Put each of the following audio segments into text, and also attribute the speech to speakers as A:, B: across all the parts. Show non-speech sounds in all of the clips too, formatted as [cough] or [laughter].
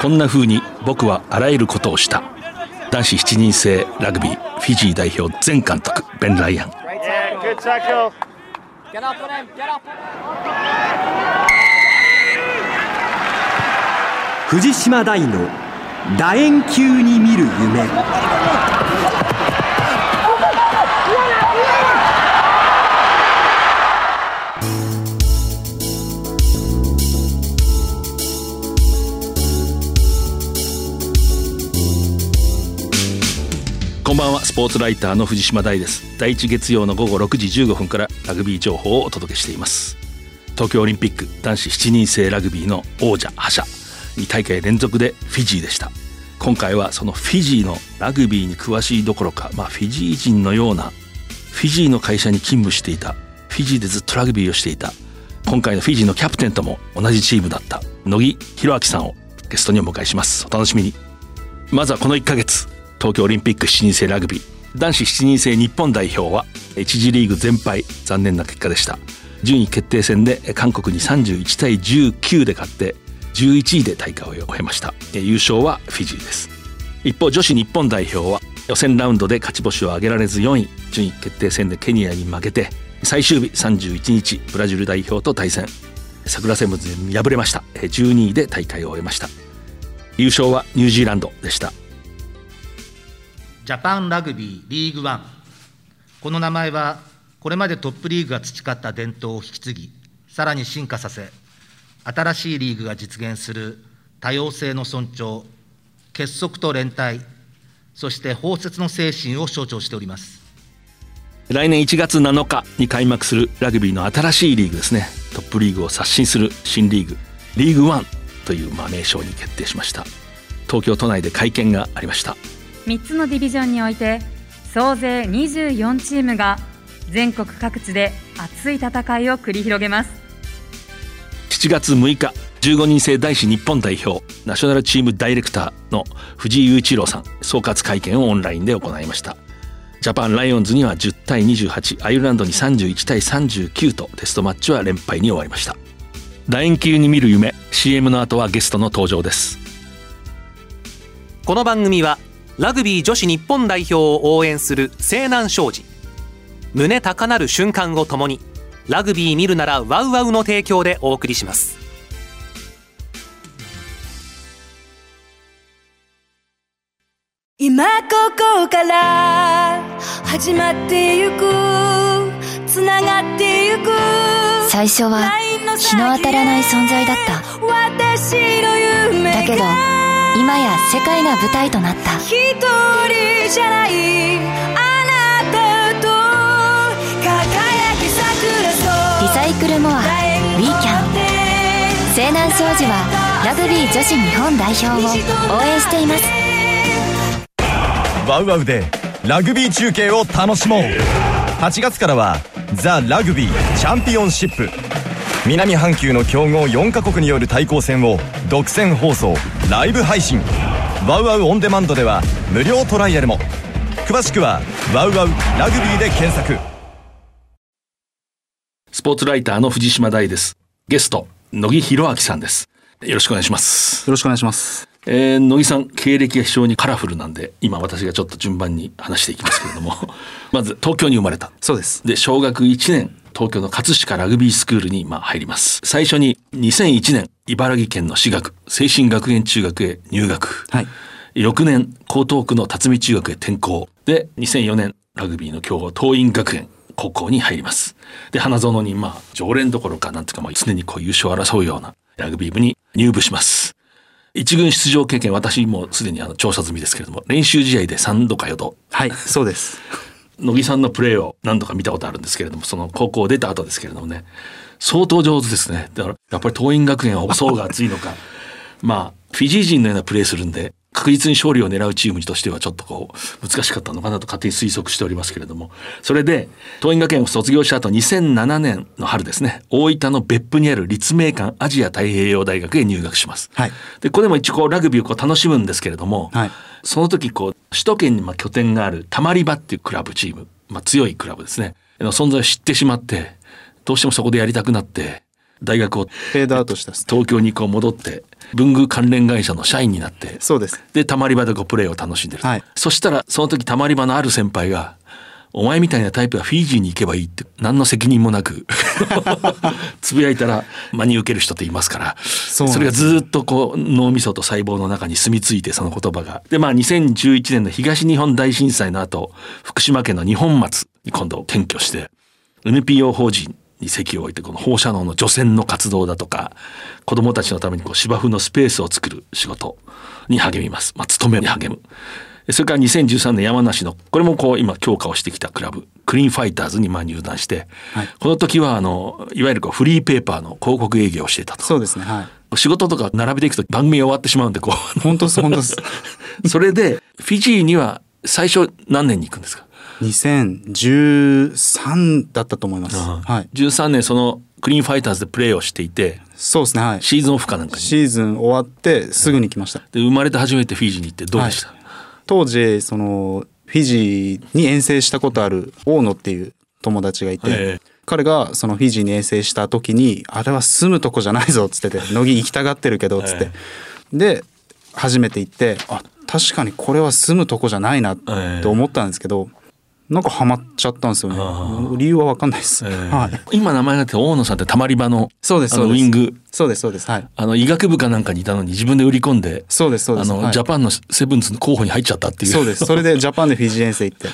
A: こんな風に僕はあらゆることをした男子7人制ラグビーフィジー代表前監督ベン・ライアン
B: Yeah, good tackle.
C: 藤島大の楕円球に見る夢
A: こんばんはスポーツライターの藤島大です第一月曜の午後6時15分からラグビー情報をお届けしています東京オリンピック男子7人制ラグビーの王者覇者2大会連続でフィジーでした今回はそのフィジーのラグビーに詳しいどころか、まあ、フィジー人のようなフィジーの会社に勤務していたフィジーでずっとラグビーをしていた今回のフィジーのキャプテンとも同じチームだった乃木弘明さんをゲストにお迎えしますお楽しみにまずはこの1ヶ月東京オリンピック7人制ラグビー男子7人制日本代表は1次リーグ全敗残念な結果でした順位決定戦でえ韓国に31対19で勝って11位で大会を終えましたえ優勝はフィジーです一方女子日本代表は予選ラウンドで勝ち星を挙げられず4位順位決定戦でケニアに負けて最終日31日ブラジル代表と対戦桜セムズに敗れましたえ12位で大会を終えました優勝はニュージーランドでした
D: ジャパンラグビーリーグワンこの名前はこれまでトップリーグが培った伝統を引き継ぎさらに進化させ新しいリーグが実現する多様性の尊重結束と連帯そして包摂の精神を象徴しております
A: 来年1月7日に開幕するラグビーの新しいリーグですねトップリーグを刷新する新リーグリーグワンというまあ名称に決定しました東京都内で会見がありました
E: 3つのディビジョンにおいて総勢24チームが全国各地で熱い戦いを繰り広げます
A: 7月6日15人制男子日本代表ナショナルチームダイレクターの藤井雄一郎さん総括会見をオンラインで行いましたジャパンライオンズには10対28アイルランドに31対39とテストマッチは連敗に終わりました楕円球に見る夢 CM の後はゲストの登場です
F: この番組はラグビー女子日本代表を応援する西南商事胸高なる瞬間をともにラグビー見るならワウワウの提供でお送りします
G: 今ここから始まってゆくつながってゆく
H: 最初は日の当たらない存在だった
G: 私の夢が
H: だけど今や世界が舞台となった
G: 一人じゃないあなたと輝き桜と
H: リサイクルモア「ウィーキャン西南商事はラグビー女子日本代表を応援しています
I: ワウワウでラグビー中継を楽しもう8月からはザ・ラグビーチャンピオンシップ南半球の強豪4カ国による対抗戦を独占放送ライブ配信ワウワウオンデマンドでは無料トライアルも詳しくは「ワウワウラグビー」で検索
A: スポーツライターの藤島大ですゲスト乃木弘明さんですよろしくお願いします
J: よろしくお願いします。
A: えー、乃木さん経歴が非常にカラフルなんで今私がちょっと順番に話していきますけれども [laughs] まず東京に生まれた
J: そうです。
A: で小学1年東京の葛飾ラグビースクールにまあ入ります最初に2001年茨城県の私学精神学園中学へ入学、
J: はい。
A: 翌年江東区の辰巳中学へ転校で2004年ラグビーの強豪桐蔭学園高校に入りますで花園にまあ常連どころかなんていうかまあ常にこう優勝を争うようなラグビー部に入部します一軍出場経験私もうすでにあの調査済みですけれども練習試合で3度か4度
J: はい。そうです。
A: 乃木さんのプレーを何度か見たことあるんですけれどもその高校を出た後ですけれどもね相当上手ですねだからやっぱり桐蔭学園は層が厚いのか [laughs] まあフィジー人のようなプレーするんで確実に勝利を狙うチームとしてはちょっとこう難しかったのかなと勝手に推測しておりますけれどもそれで桐蔭学園を卒業した後2007年の春ですね大分の別府にある立命館アジア太平洋大学へ入学します。
J: はい
A: でこれも一応こうラグビーをこう楽しむんですけれども、
J: はい
A: その時こう首都圏にまあ拠点があるたまり場っていうクラブチーム、まあ、強いクラブですねの存在を知ってしまってどうしてもそこでやりたくなって大学を
B: フェードアウトしたっす
A: 東京にこう戻って文具関連会社の社員になって
B: そうです
A: でたまり場でこうプレーを楽しんでる、
B: はい
A: そしたらその時たまり場のある先輩が「お前みたいなタイプはフィジーに行けばいい」って何の責任もな
B: [laughs]
A: くつぶやいたら真に受ける人っていますから
B: う
A: そ
B: なんです
A: れがずっとこう脳みそと細胞の中に住み着いてその言葉が。でまあ2011年の東日本大震災の後福島県の二本松に今度転居して NPO 法人に席を置いてこの放射能の除染の活動だとか子どもたちのためにこう芝生のスペースを作る仕事に励みます、まあ、勤めに励むそれから2013年山梨のこれもこう今強化をしてきたクラブクリーンファイターズにまあ入団して、この時はあのいわゆるこうフリーペーパーの広告営業をしていたと
B: そうですねはい
A: 仕事とか並べていくと番組が終わってしまうんでこう
B: 本当です本当です
A: [laughs] それでフィジーには最初何年に行くんですか
B: 2013だったと思いますはい
A: 13年そのクリーンファイターズでプレーをしていて
B: そうですねはい
A: シーズンオフかなんかに
B: シーズン終わってすぐに来ました
A: で生まれて初めてフィジーに行ってどうでした、
B: はい当時そのフィジーに遠征したことある大野っていう友達がいて、
A: ええ
B: 彼がそのフィジーに遠征した時に「あれは住むとこじゃないぞ」っつっ
A: [laughs]
B: てて「乃木行きたがってるけど」っつって、で初めて行ってあ確かにこれは住むとこじゃないな
A: ええ
B: と思ったんですけど、なんかハマっちゃったんですよね理由は分かんないです、
A: えー
B: はい
A: 今名前があって大野さんってたまり場の
B: そうです
A: あの
B: そう
A: ウ
B: です
A: ィング
B: そうですそうですはい
A: あの医学部かなんかにいたのに自分で売り込んで
B: そうですそうです
A: あの、
B: はい
A: ジャパンのセブンズの候補に入っちゃったっていう
B: そうですそれでジャパンでフィジー遠征行って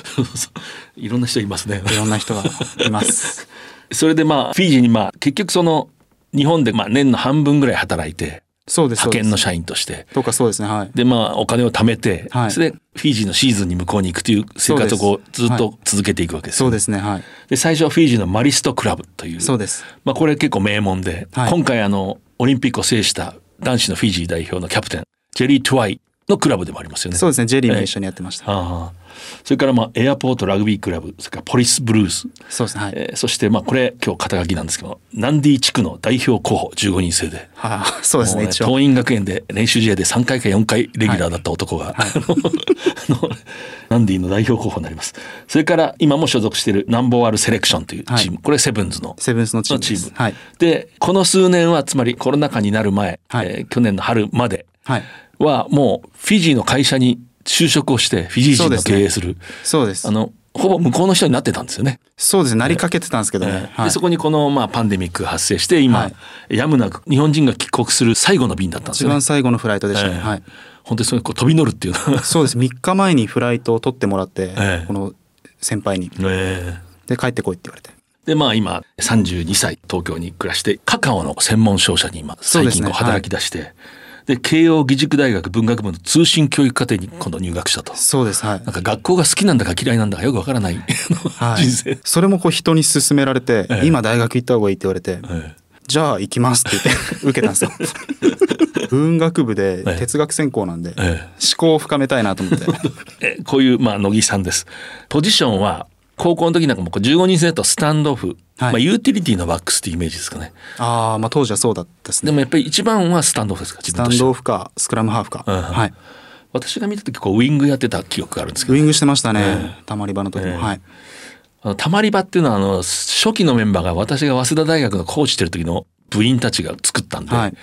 A: [laughs] いろんな人いますね
B: いろんな人がいます
A: それでまあフィジーにまあ結局その日本でまあ年の半分ぐらい働いて
B: そうですそ
A: [laughs]
B: う
A: 派
B: です
A: 遣の社員として
B: とかそうですねはい
A: でまあお金を貯めて、
B: はい
A: それでフィジーのシーズンに向こうに行くという生活をこう
B: そう
A: ず
B: です
A: っと続けていくわけです
B: そ
A: よ
B: う
A: ね、
B: ですねはい
A: で最初はフィジーのマリストクラブという
B: そうです
A: まあ、これ結構名門で、
B: はい
A: 今回あのオリンピックを制した男子のフィジー代表のキャプテンジェリー・トゥワイのクラブでもありますよね。
B: そうですねジェリーも
A: ええ
B: 一緒にやってました、
A: ああそれからまあエアポートラグビークラブそれからポリス・ブルース、
B: そうですねはい、
A: えーそしてまあこれ今日肩書きなんですけどナンディ地区の代表候補15人制で。
B: はいそうです
A: も
B: ね
A: うね
B: 一応
A: 桐蔭学園で練習試合で3回か4回レギュラーだった男が、あのあのナンディの代表候補になりますそれから今も所属しているナンボワールセレクションというチーム、
B: は
A: これセブンズの
B: セブンスのチー
A: の
B: ム
A: チ
B: で
A: ー
B: す
A: ム。
B: はい
A: で、この数年は、つまりコロナ禍になる前、
B: はい
A: えー去年の春まで
B: はい
A: は、もうフィジーの会社に就職をして、フィジー人の経営する、
B: そうです
A: あの、ほぼ向こうの人になってたんですよね。
B: そうですねなりかけてたんですけどね、
A: えー
B: は
A: で
B: い
A: そこにこの、まあ、パンデミックが発生して、今、
B: はい
A: やむなく日本人が帰国する最後の便だったんです
B: 一
A: よね
B: 番。最後のフライトでしたね、
A: えー
B: はい
A: 本当にそれにこう飛び乗るっていうのは
B: そうです3日前にフライトを取ってもらって、
A: ええ
B: この先輩に [laughs]
A: えー
B: で帰ってこいって言われて
A: でまあ今32歳東京に暮らしてカカオの専門商社に今
B: そう
A: 最
B: です
A: 近
B: ね
A: こう働き出してで,、慶応義塾大学文学部の通信教育課程に今度入学したと
B: そうですはい
A: なんか学校が好きなんだか嫌いなんだかよくわからない、
B: はい
A: 人生、
B: それもこう人に勧められて、
A: ええ
B: 今大学行った方がいいって言われて、
A: え
B: じゃあ行きますって言
A: [laughs]
B: って受けたんですよ文学部で
A: ええ
B: 哲学専攻なんで、
A: え
B: 思考を深めたいなと思って
A: [laughs] えこういう、まあ、乃木さんですポジションは高校の時なんかもこう15人制だとスタンドオフ、
B: は
A: ま
B: い
A: あ、ユーティリティのワックスってイメージですかね
B: ああまあ当時はそうだったです
A: で
B: ね
A: もやっぱり一番はスタンドオフですか自
B: ス
A: 分
B: タ
A: と
B: ン
A: して
B: ド
A: は
B: オフかスクラムハーフか、
A: うん
B: はい
A: 私が見た時こうウイングやってた記憶があるんですけ
B: ウ
A: ど
B: イングしてましたね、たまり場の時も、
A: ええ
B: はい
A: あのたまり場っていうのはあの初期のメンバーが私が早稲田大学の講師してる時の部員たちが作ったんで、
B: はい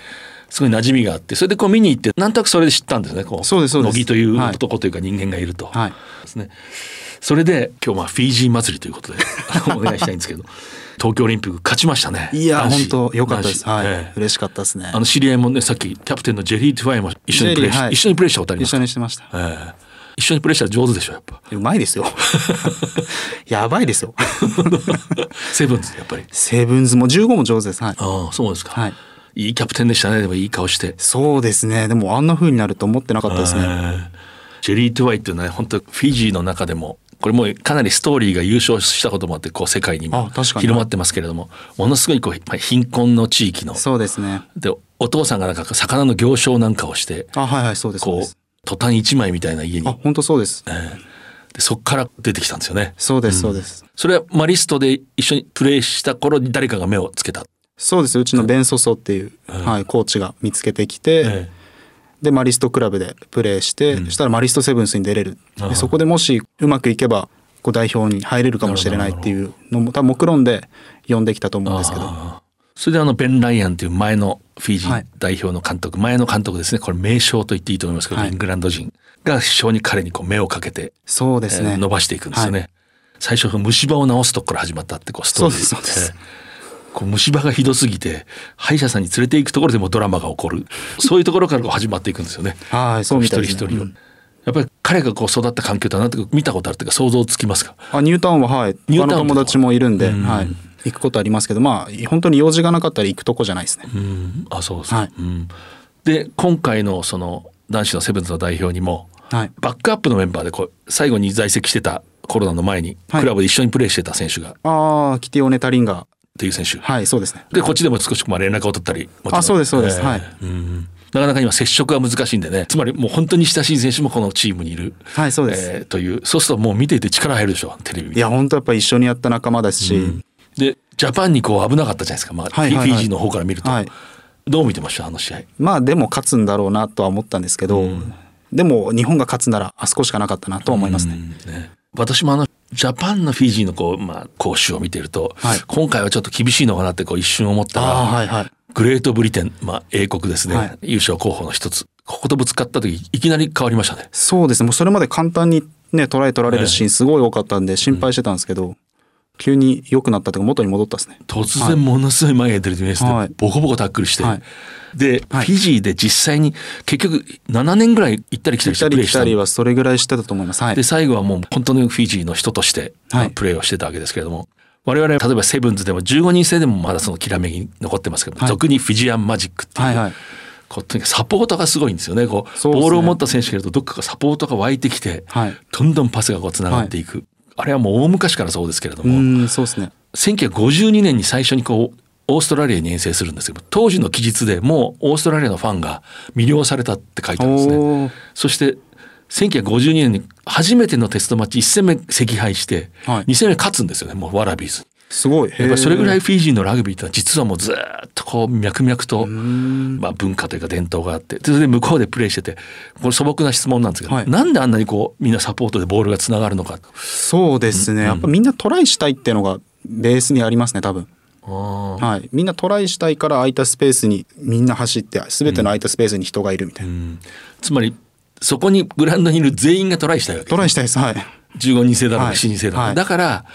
A: すごい馴染みがあってそれでこう見に行ってなんとなくそれで知ったんですねこ
B: そうですそうです
A: 乃木という
B: はい
A: 男というか人間がいると、
B: はい
A: ですねそれで今日まあフィジー祭りということで [laughs] あのお願いしたいんですけど東京オリンピック勝ちましたね
B: いや
A: 男子
B: 本当良かったです
A: 男
B: は
A: 子
B: い、
A: ええ
B: 嬉しかったですね
A: あの知り合いもねさっきキャプテンのジェリー・トゥワイも一緒にプレーし、
B: ジェリーはい
A: 一緒にプレーしたことありま
B: 一
A: す
B: 緒
A: か
B: にしてました
A: ええ一緒にプレーしたら上手でしょやっぱ [laughs]
B: うまいですよやばいですよ
A: セブンズやっぱり
B: セブンズも15も上手ですはい
A: ああそうですか、
B: はい
A: いいキャプテンでしたねでもいい顔して
B: そうですねでもあんな風になると思ってなかったです
A: え
B: ね
A: ージェリー・トゥワイっていうのは本当フィジーの中でもこれもうかなりストーリーが優勝したこともあってこう世界にも
B: あ確かに
A: 広まってますけれどもものすごいこうまあ貧困の地域の
B: そうですね
A: でお父さんがなんか魚の行商なんかをして
B: あはいはいそうですそう
A: こう
B: です
A: 途端一枚みたいな家に
B: あ本当そうです
A: でそっから出てきたんですよね。
B: そうですそうです、
A: それはマリストで一緒にプレーした頃に誰かが目をつけた。
B: そうですうちのベンソソっていう、はい、コーチが見つけてきて、
A: え
B: でマリストクラブでプレーして、そしたらマリストセブンスに出れるでそこでもしうまくいけばこう代表に入れるかもしれないっていうのも多分目論んで呼んできたと思うんですけど
A: あそれであのベン・ライアンという前のフィジ
B: は
A: ー
B: い
A: 代表の監督、前の監督ですねこれ名将と言っていいと思いますけど、
B: はい
A: イングランド人が非常に彼にこう目をかけて、
B: そうですね、
A: えー伸ばしていくんですよね。
B: はい
A: 最初虫歯を治すとこから始まったってこうストーリー
B: そうですそうです
A: えーこう虫歯がひどすぎて歯医者さんに連れて行くところでもドラマが起こるそういうところからこう始まっていくんですよね。
B: はいそうみたいです
A: 一人
B: ね
A: 一人を、
B: うん
A: やっぱり彼がこう育った環境だなって見たことあるというか想像つきますか
B: あニュータウンははい
A: ニュ
B: 他
A: ータウン
B: の友達もいるんで、
A: うん
B: はい、行くことありますけどまあ本当に用事がなかったら行くとこじゃないですね、
A: うん、あそうですね、
B: はい
A: うん、で今回のその男子のセブンズの代表にも
B: はい
A: バックアップのメンバーでこう最後に在籍してたコロナの前に
B: はい
A: クラブで一緒にプレーしてた選手がっ
B: ああキティオネタリンガ
A: ていう選手、
B: はいそうですね
A: でこっちでも少しまあ連絡を取ったりもちろん
B: あそうですそうです
A: ええ
B: はい
A: うんなかなか今接触が難しいんでねつまりもう本当に親しい選手もこのチームにいる、
B: はいそうです、
A: ええというそうするともう見ていて力入るでしょテレビ見て
B: いや本当やっぱ一緒にやった仲間ですし、
A: でジャパンにこう危なかったじゃないですか、まあ
B: はいはいはい
A: フィフィジーの方から見ると、
B: はい
A: どう見てましたあの試合
B: まあでも勝つんだろうなとは思ったんですけど、でも日本が勝つならあそこしかなかったなとは思いますね、
A: ね私もあのジャパンのフィジーのこう、まあ、講習を見てると、
B: はい
A: 今回はちょっと厳しいのかなってこう一瞬思ったら、
B: ああはいはい
A: グレートブリテン、まあ、英国ですね、
B: はい
A: 優勝候補の一つこことぶつかった時いきなり変わりましたね。
B: そうですねもうそれまで簡単にねトライ取られるシーンすごい多かったんで心配してたんですけど、急に良くなったというか元に戻ったですね
A: 突
B: はい
A: 然ものすごい前へ出るディフェンス
B: はい
A: でボコボコタックルして、
B: はい
A: で、
B: はい
A: フィジーで実際に結局7年ぐらい行ったり来た
B: 来
A: りして
B: た
A: プレ
B: り
A: ー
B: 来
A: したた
B: りはそれぐらいしてたと思いますはい
A: で最後はもう本当にフィジーの人として、
B: はい
A: まあプレーをしてたわけですけれども我々は例えばセブンズでも15人制でもまだそのきらめき残ってますけど、
B: はい
A: 俗にフィジアンマジックっていう。
B: はいはい
A: こうとにかくサポーターがすごいんですよねこう
B: そうですね
A: ボールを持った選手がいるとどっかがサポーターが湧いてきて、
B: はい
A: どんどんパスがこうつながっていく、あれはもう大昔からそうですけれど
B: う
A: も、
B: んそうですね
A: 1952年に最初にこうオーストラリアに遠征するんですけど当時の記述でもうオーストラリアのファンが魅了されたって書いてあるんです
B: お
A: ね
B: ー
A: そして1952年に初めてのテストマッチ1戦目惜敗して、
B: はい
A: 2戦目勝つんですよねもうワラビーズ
B: すごい
A: やっぱりそれぐら
B: へ
A: い
B: ー
A: フィジーのラグビーってのは実はもうずーっとこう脈々と、まあ、文化というか伝統があってそれで向こうでプレーしててこれ素朴な質問なんですけど、
B: はい
A: なんであんなにこうみんなサポートでボールがつながるのか
B: そうですねやっぱみんなトライしたいっていうのがベースにありますね多分はい、みんなトライしたいから空いたスペースにみんな走って全ての空いたスペースに人がいるみたいな、
A: つまりそこにグラウンドにいる全員がトライしたいわけ
B: トライしたいですはい
A: 15人制だろうが
B: はい
A: 7人制だろうが、
B: はい
A: だから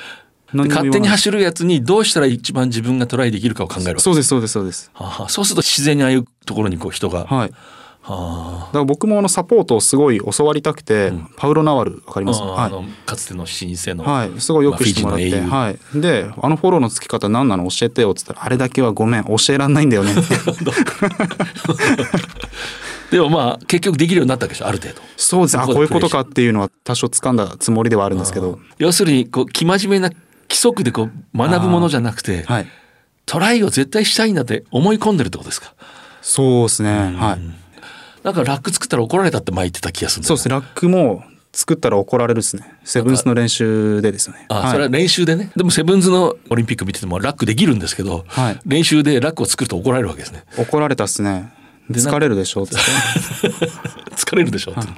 B: 何にも言わない
A: 勝手に走るやつにどうしたら一番自分がトライできるかを考えるわけ
B: そうですそうですそうです
A: はあそうすると自然にああいうところにこう人が、
B: はいだから僕もあのサポートをすごい教わりたくて、パウロ・ナワルわかります
A: ああの
B: は
A: かつての7人制の、
B: い、はい、すごいよくしてもらって、
A: まあフィジーの英雄
B: はい、で「あのフォローの付き方何なの教えてよ」っつったら「あれだけはごめん教えらんないんだ
A: [laughs]
B: よね」
A: でもまあ結局できるようになったわけでしょある程度。
B: そうですねあこういうことかっていうのは多少掴んだつもりではあるんですけど、
A: 要するにこう生真面目な規則でこう学ぶものじゃなくて、
B: はい、
A: トライを絶対したいんだって思い込んでるってことですか
B: そうですねはい。
A: だからラック作ったら怒られたって前言ってた気がするんだ
B: そ
A: よね
B: うですねラックも作ったら怒られるですねセブンスの練習でですね
A: あ、
B: はい
A: それは練習でねでもセブンズのオリンピック見ててもラックできるんですけど、
B: はい
A: 練習でラックを作ると怒られるわけ
B: [laughs]
A: ですね
B: 怒られたっすね疲れるでしょうっつって
A: [laughs] 疲れるでしょって、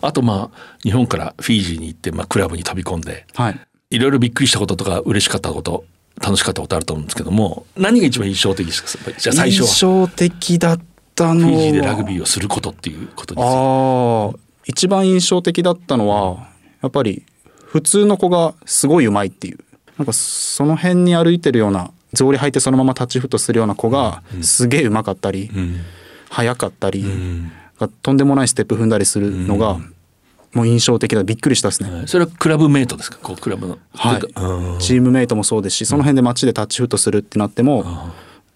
A: あとまあ日本からフィジーに行って、まあ、クラブに飛び込んで
B: はい
A: いろいろびっくりしたこととか嬉しかったこと楽しかったことあると思うんですけども何が一番印象的ですかじゃあ最初は
B: 印象的だった
A: フ
B: のは
A: ィジーでラグビーをすることっていうことについて
B: ああ一番印象的だったのはやっぱり普通の子がすごい上手いっていうなんかその辺に歩いてるような草履履いてそのまま立ちふとするような子がすげえ上手かったり、速かったり、がとんでもないステップ踏んだりするのがもう印象的だびっくりしたですね。
A: それはクラブメイトですかこうクラブの。
B: は
A: とうかうん
B: い、チームメイトもそうですしその辺で街でタッチフットするってなっても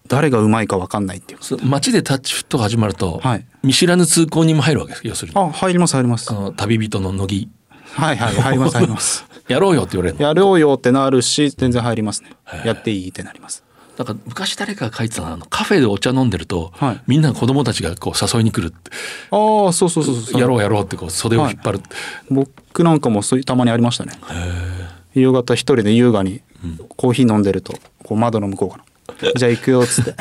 B: 誰がうまいか分かんないっていう
A: そ街でタッチフットが始まると、
B: はい
A: 見知らぬ通行人も入るわけです要するにあ
B: あ入ります入りますは
A: の旅人の乃木
B: いはい入ります入ります
A: [laughs] やろうよって言われるの
B: やろうよってなるし全然入りますね
A: へえ
B: やっていいってなります
A: なんか昔誰かが書いてたのはあのカフェでお茶飲んでると、
B: はい
A: みんな子供たちがこう誘いに来るって
B: ああそうそうそうそう
A: やろうやろうってこう袖を引っ張る、
B: 僕なんかもそういうたまにありましたね夕方一人で優雅にコーヒー飲んでるとこう窓の向こ
A: [laughs]
B: うからじゃあ行くよっつって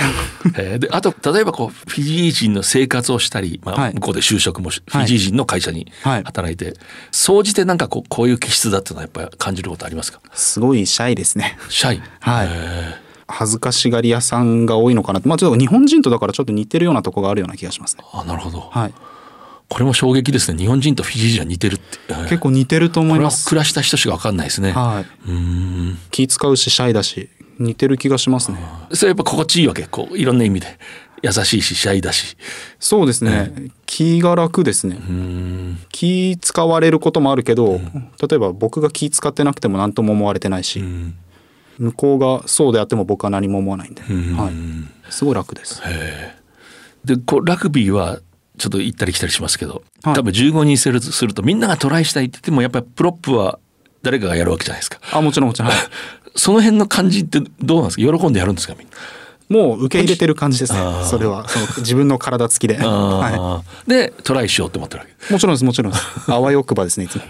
A: えーであと例えばこうフィジー人の生活をしたり、まあ
B: はい
A: 向こうで就職もし、
B: はい
A: フィジー人の会社に
B: はい
A: 働いて総じてなんかこうこういう気質だっていうのはやっぱり感じることありますか
B: すごいシャイですね
A: シャイ
B: はい
A: え
B: 恥ずかしがり屋さんが多いのかなってまあちょっと日本人とだからちょっと似てるようなとこがあるような気がしますね。
A: あなるほど、
B: はい、
A: これも衝撃ですね日本人とフィジー人は似てるって
B: 結構似てると思
A: こ
B: い
A: れ
B: ま
A: は
B: す。
A: 暮らした人しか分かんないですね、
B: はい、
A: うーん
B: 気使うしシャイだし似てる気がしますね。
A: それやっぱ心地いいわけこういろんな意味で優しいしシャイだし
B: そうですね、気が楽ですね気使われることもあるけど、例えば僕が気使ってなくても何とも思われてないし、向こうがそうであっても僕は何も思わないんで、はい、すごい楽です
A: でこうラグビーはちょっと行ったり来たりしますけど、
B: はい
A: 多分15人するするとみんながトライしたいって言ってもやっぱりプロップは誰かがやるわけじゃないですか
B: あもちろんもちろん、はい
A: その辺の感じってどうなんですか喜んでやるんですかみんな。
B: もう受け入れてる感じですねそれはその自分の体つきで、は
A: あーでトライしようって思ってるわけ
B: い、もちろんですもちろんですあわよくばですねいつも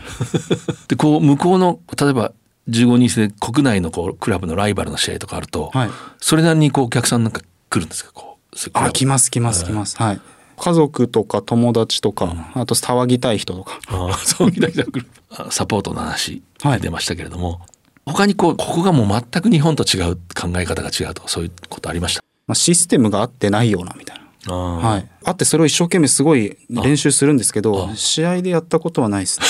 A: でこう向こうの例えば15人制で国内のこうクラブのライバルの試合とかあると、
B: はい
A: それなりにこうお客さんなんか来るんですかこうそうクラブ
B: あ来ます来ます来ますはい家族とか友達とか、あと騒ぎたい人とか
A: あーそうみたいなグループあサポートの話
B: はい
A: 出ましたけれども、他にこうここがもう全く日本と違う考え方が違うとかそういうことありました
B: まあ、システムが合ってないようなみたいな
A: は
B: はい、あってそれを一生懸命すごい練習するんですけど
A: あ
B: 試合でやったことはない
A: [laughs]
B: ですね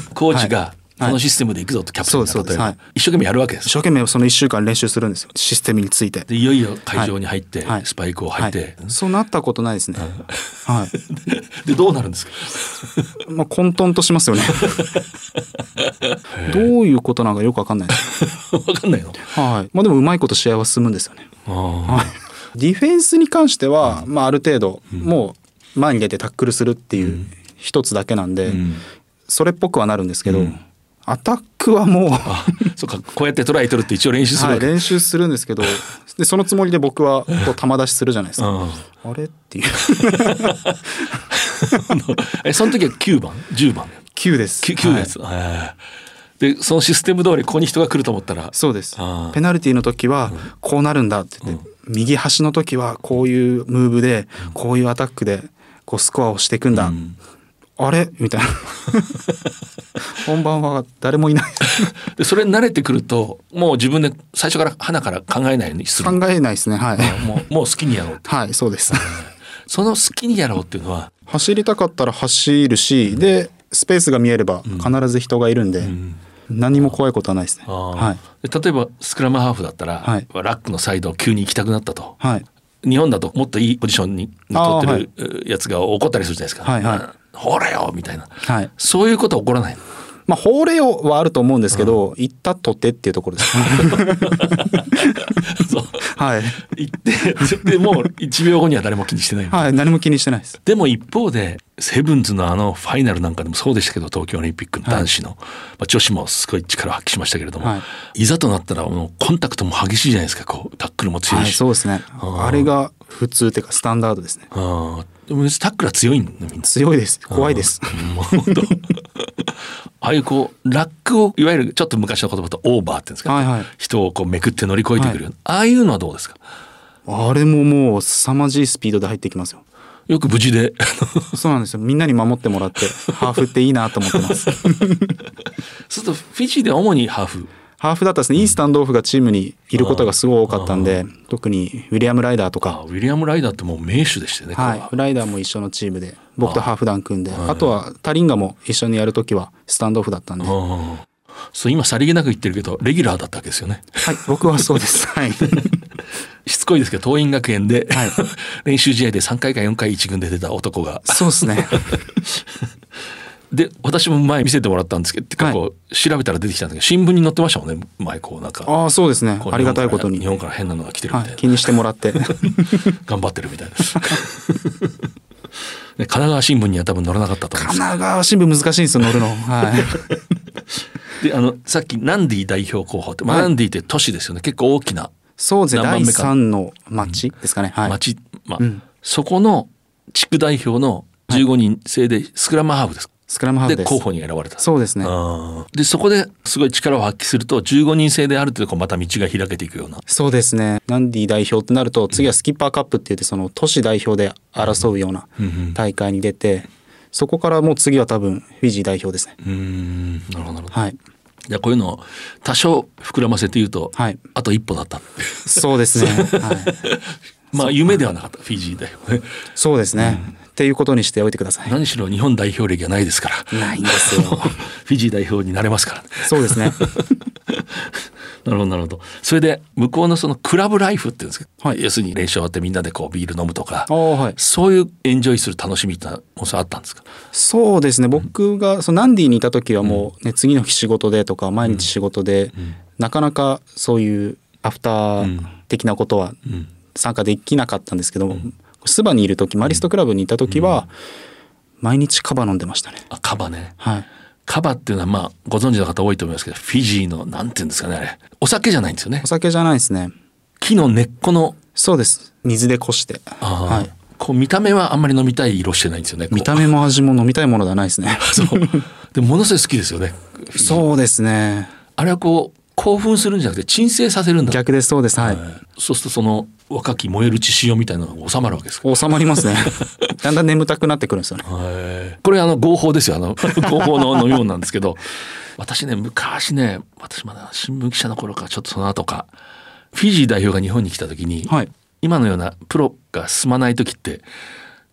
A: い、コーチが
B: はい
A: このシステムでいくぞとキャプテンが
B: そうで
A: 例
B: すそうです
A: えば
B: はい
A: 一生懸命やるわけです
B: 一生懸命その1週間練習するんですよシステムについて
A: でいよいよ会場に入って、
B: はい
A: スパイクを履いて、
B: はいそうなったことないですねは
A: でどうなるんですか [laughs]
B: いまあ混沌としますよねどういうことなのかよくわかんないです
A: 分かんないの
B: はいまあでもうまいこと試合は進むんですよね
A: あ
B: ディフェンスに関しては、まあ、ある程度もう前に出てタックルするっていう一つだけなんで、
A: ん
B: それっぽくはなるんですけど、アタックはもう
A: あそうかこうやってトライ取るって一応練習するわ
B: はい、
A: け、
B: 練習するんですけどでそのつもりで僕はこう球出しするじゃないですか、あれっていう [laughs]
A: うん、えその時は9番10番
B: 9です
A: 9, 9のやつ、はいでそのシステム通りここに人が来ると思ったら
B: そうです
A: あー
B: ペナルティの時はこうなるんだって言って、右端の時はこういうムーブでこういうアタックでこうスコアをしていくんだ、あれみ [laughs] たいな本番は誰もいない [laughs]
A: でそれに慣れてくるともう自分で最初から花から考えないようにする
B: 考えないですねはい
A: もうもう好きにやろう
B: はいそうです
A: その好きにやろうっていうのは
B: 走りたかったら走るしでスペースが見えれば必ず人がいるんで、何も怖いことはないですね、
A: あー
B: はい
A: で例えばスクラムハーフだったら、
B: はい
A: ラックのサイドを急に行きたくなったと、
B: はい
A: 日本だともっといいポジションに
B: あー
A: 取ってるえやつが怒ったりするじゃないですか、
B: はいはい
A: あほらよみたいな、
B: はい
A: そういうことは起こらないの [laughs]
B: まあ、法令はあると思うんですけど、行ったとてっていうところです。 [laughs]
A: そう
B: はい。
A: 行ってでもう1秒後には誰も気にしてないみたいな
B: はい、何も気にしてないです。
A: でも一方でセブンズのあのファイナルなんかでもそうでしたけど東京オリンピックの男子の、まあ、女子もすごい力を発揮しましたけれども、、
B: はい
A: ざとなったらもうコンタクトも激しいじゃないですかこうタックルも強い
B: はい、
A: し、
B: そうですね。あれが普通っていうか、スタンダードですね。
A: あーでもタックルは強いんだみんな。
B: 強いです。怖い [laughs] です。
A: もう本当 [laughs] ああいうこうラックをいわゆるちょっと昔の言葉とオーバーっていうんですか、
B: はいはい
A: 人をこうめくって乗り越えてくるような、ああいうのはどうですか
B: あれももう凄まじいスピードで入ってきますよ。
A: よく無事で
B: そうなんですよ。みんなに守ってもらって、ハーフっていいなと思ってます。 [laughs]
A: そうするとフィジーでは主にハーフ
B: ハーフだったらですね、いいスタンドオフがチームにいることがすごい多かったんで、特にウィリアム・ライダーと
A: あ
B: か、
A: ウィリアム・ライダーってもう名手でしたよね、彼
B: はい、ライダーも一緒のチームで、僕とハーフ団組んで、あとはタリンガも一緒にやるときはスタンドオフだったんで、
A: うんそう今さりげなく言ってるけどレギュラーだったわけですよ
B: [laughs]
A: ね
B: はい、僕はそうです。 [laughs] はい。
A: しつこいですけど桐蔭学園で、
B: はい
A: [laughs] 練習試合で3回か4回1軍で出た男が
B: そうですね。
A: で私も前見せてもらったんですけどてか
B: はい
A: こう調べたら出てきたんですけど新聞に載ってましたもんね前こうなんか
B: ああ、そうですね
A: こ。う
B: ありがたいことに。
A: 日本から変なのが来てるみ
B: は
A: たい
B: い、
A: な、
B: 気にしてもら [laughs] って。
A: 頑張ってるみたいな [laughs] ね神奈川新聞には多分載らなかったと思うんで
B: 神
A: す
B: 奈川新聞難しいんですよ、乗るの。はい。 [laughs]
A: けどであのさっきナンディ代表候補って、まあ
B: はい
A: ナンディって都市ですよね結構大きな
B: そうですね。
A: 何番
B: 第
A: 目か
B: 三の町ですかね。はい。
A: 町、まあそこの地区代表の15人制でスクラムハーフです、
B: スクラムハーフ
A: で
B: です。
A: 候補に選ばれた
B: そうですね。
A: あーでそこですごい力を発揮すると15人制である程度こうまた道が開けていくような
B: そうですね。ナンディ代表ってなると、次はスキッパーカップって言って、その都市代表で争うような大会に出て、そこからもう次は多分フィジー代表ですね。
A: うんなるほどなるほど
B: はい。
A: じゃあこういうのを多少膨らませて言うと、
B: はい
A: あと一歩だった [laughs] っていう
B: そうですね、はい、
A: まあ夢ではなかったフィジー代表ね
B: そうですね、っていうことにしておいてください
A: 何しろ日本代表歴がないですから
B: ないんですよ
A: [laughs] フィジー代表になれますから、ね、
B: そうですね
A: [laughs] なるほどなるほどそれで向こうのそのクラブライフっていうんですけど、
B: はい
A: 要するに練習終わってみんなでこうビール飲むとか
B: ああはい
A: そういうエンジョイする楽しみってのはもうそれあったんですか
B: そうですね僕がそのナンディにいた時はもう、ね、次の日仕事でとか毎日仕事で、なかなかそういうアフター的なことは
A: ん
B: 参加できなかったんですけども、スバにいる時マリストクラブにいた時は、毎日カバ飲んでましたね。
A: あカバね
B: はい、
A: カバっていうのはまあご存知の方多いと思いますけどフィジーのなんていうんですかねあれお酒じゃないんですよね
B: お酒じゃないですね
A: 木の根っこの
B: そうです水でこして、
A: あー
B: はい、
A: こう見た目はあんまり飲みたい色してないんですよねこう
B: 見た目も味も飲みたいものではないですね
A: そうでものすごい好きですよね
B: [laughs] そうですね
A: あれはこう興奮するんじゃなくて鎮静させるんだ
B: 逆ですそうですはい、
A: そうするとその若き燃える血潮みたいなのが収まるわけですか
B: 収まりますねだんだん眠たくなってくるんですよね
A: へーこれあの合法ですよあの [laughs] 合法の飲み物なんですけど私ね昔ね私まだ新聞記者の頃かちょっとその後かフィジー代表が日本に来た時に、
B: はい
A: 今のようなプロが進まない時って